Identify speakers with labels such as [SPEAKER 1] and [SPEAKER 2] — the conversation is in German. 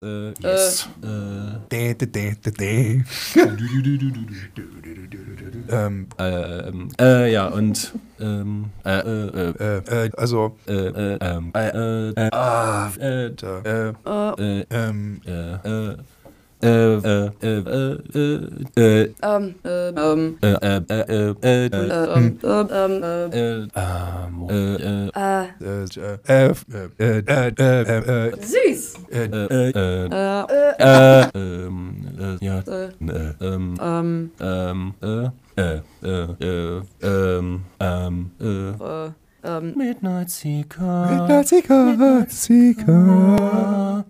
[SPEAKER 1] Äh, yes. Äh,
[SPEAKER 2] Dä, dä, dä, dä, dä. Ähm,
[SPEAKER 1] ähm, äh, ja, und ähm, äh, äh, äh,
[SPEAKER 2] äh, äh, also,
[SPEAKER 1] äh, äh, ähm, äh, äh, äh,
[SPEAKER 2] ah,
[SPEAKER 1] äh,
[SPEAKER 2] da, äh,
[SPEAKER 3] Äh,
[SPEAKER 1] äh, äh,
[SPEAKER 2] ähm,
[SPEAKER 1] äh, äh, äh, äh, äh, äh,
[SPEAKER 3] ähm, äh, ähm,
[SPEAKER 1] äh, äh, äh, äh, äh,
[SPEAKER 3] äh, ähm, ähm, ähm, äh,
[SPEAKER 1] äh, ähm, äh, äh,
[SPEAKER 3] äh,
[SPEAKER 2] äh, äh, äh, äh, äh, äh, äh,
[SPEAKER 3] süß.
[SPEAKER 2] äh, äh,
[SPEAKER 1] äh, äh,
[SPEAKER 3] Äh, äh,
[SPEAKER 1] äh, ähm, äh, ja,
[SPEAKER 3] äh,
[SPEAKER 1] äh, ähm,
[SPEAKER 3] ähm,
[SPEAKER 1] Ähm, äh, äh, äh, äh, ähm, ähm, äh.
[SPEAKER 3] äh, ähm,
[SPEAKER 1] Midnight Seeker.
[SPEAKER 2] Klassiker, Klassiker.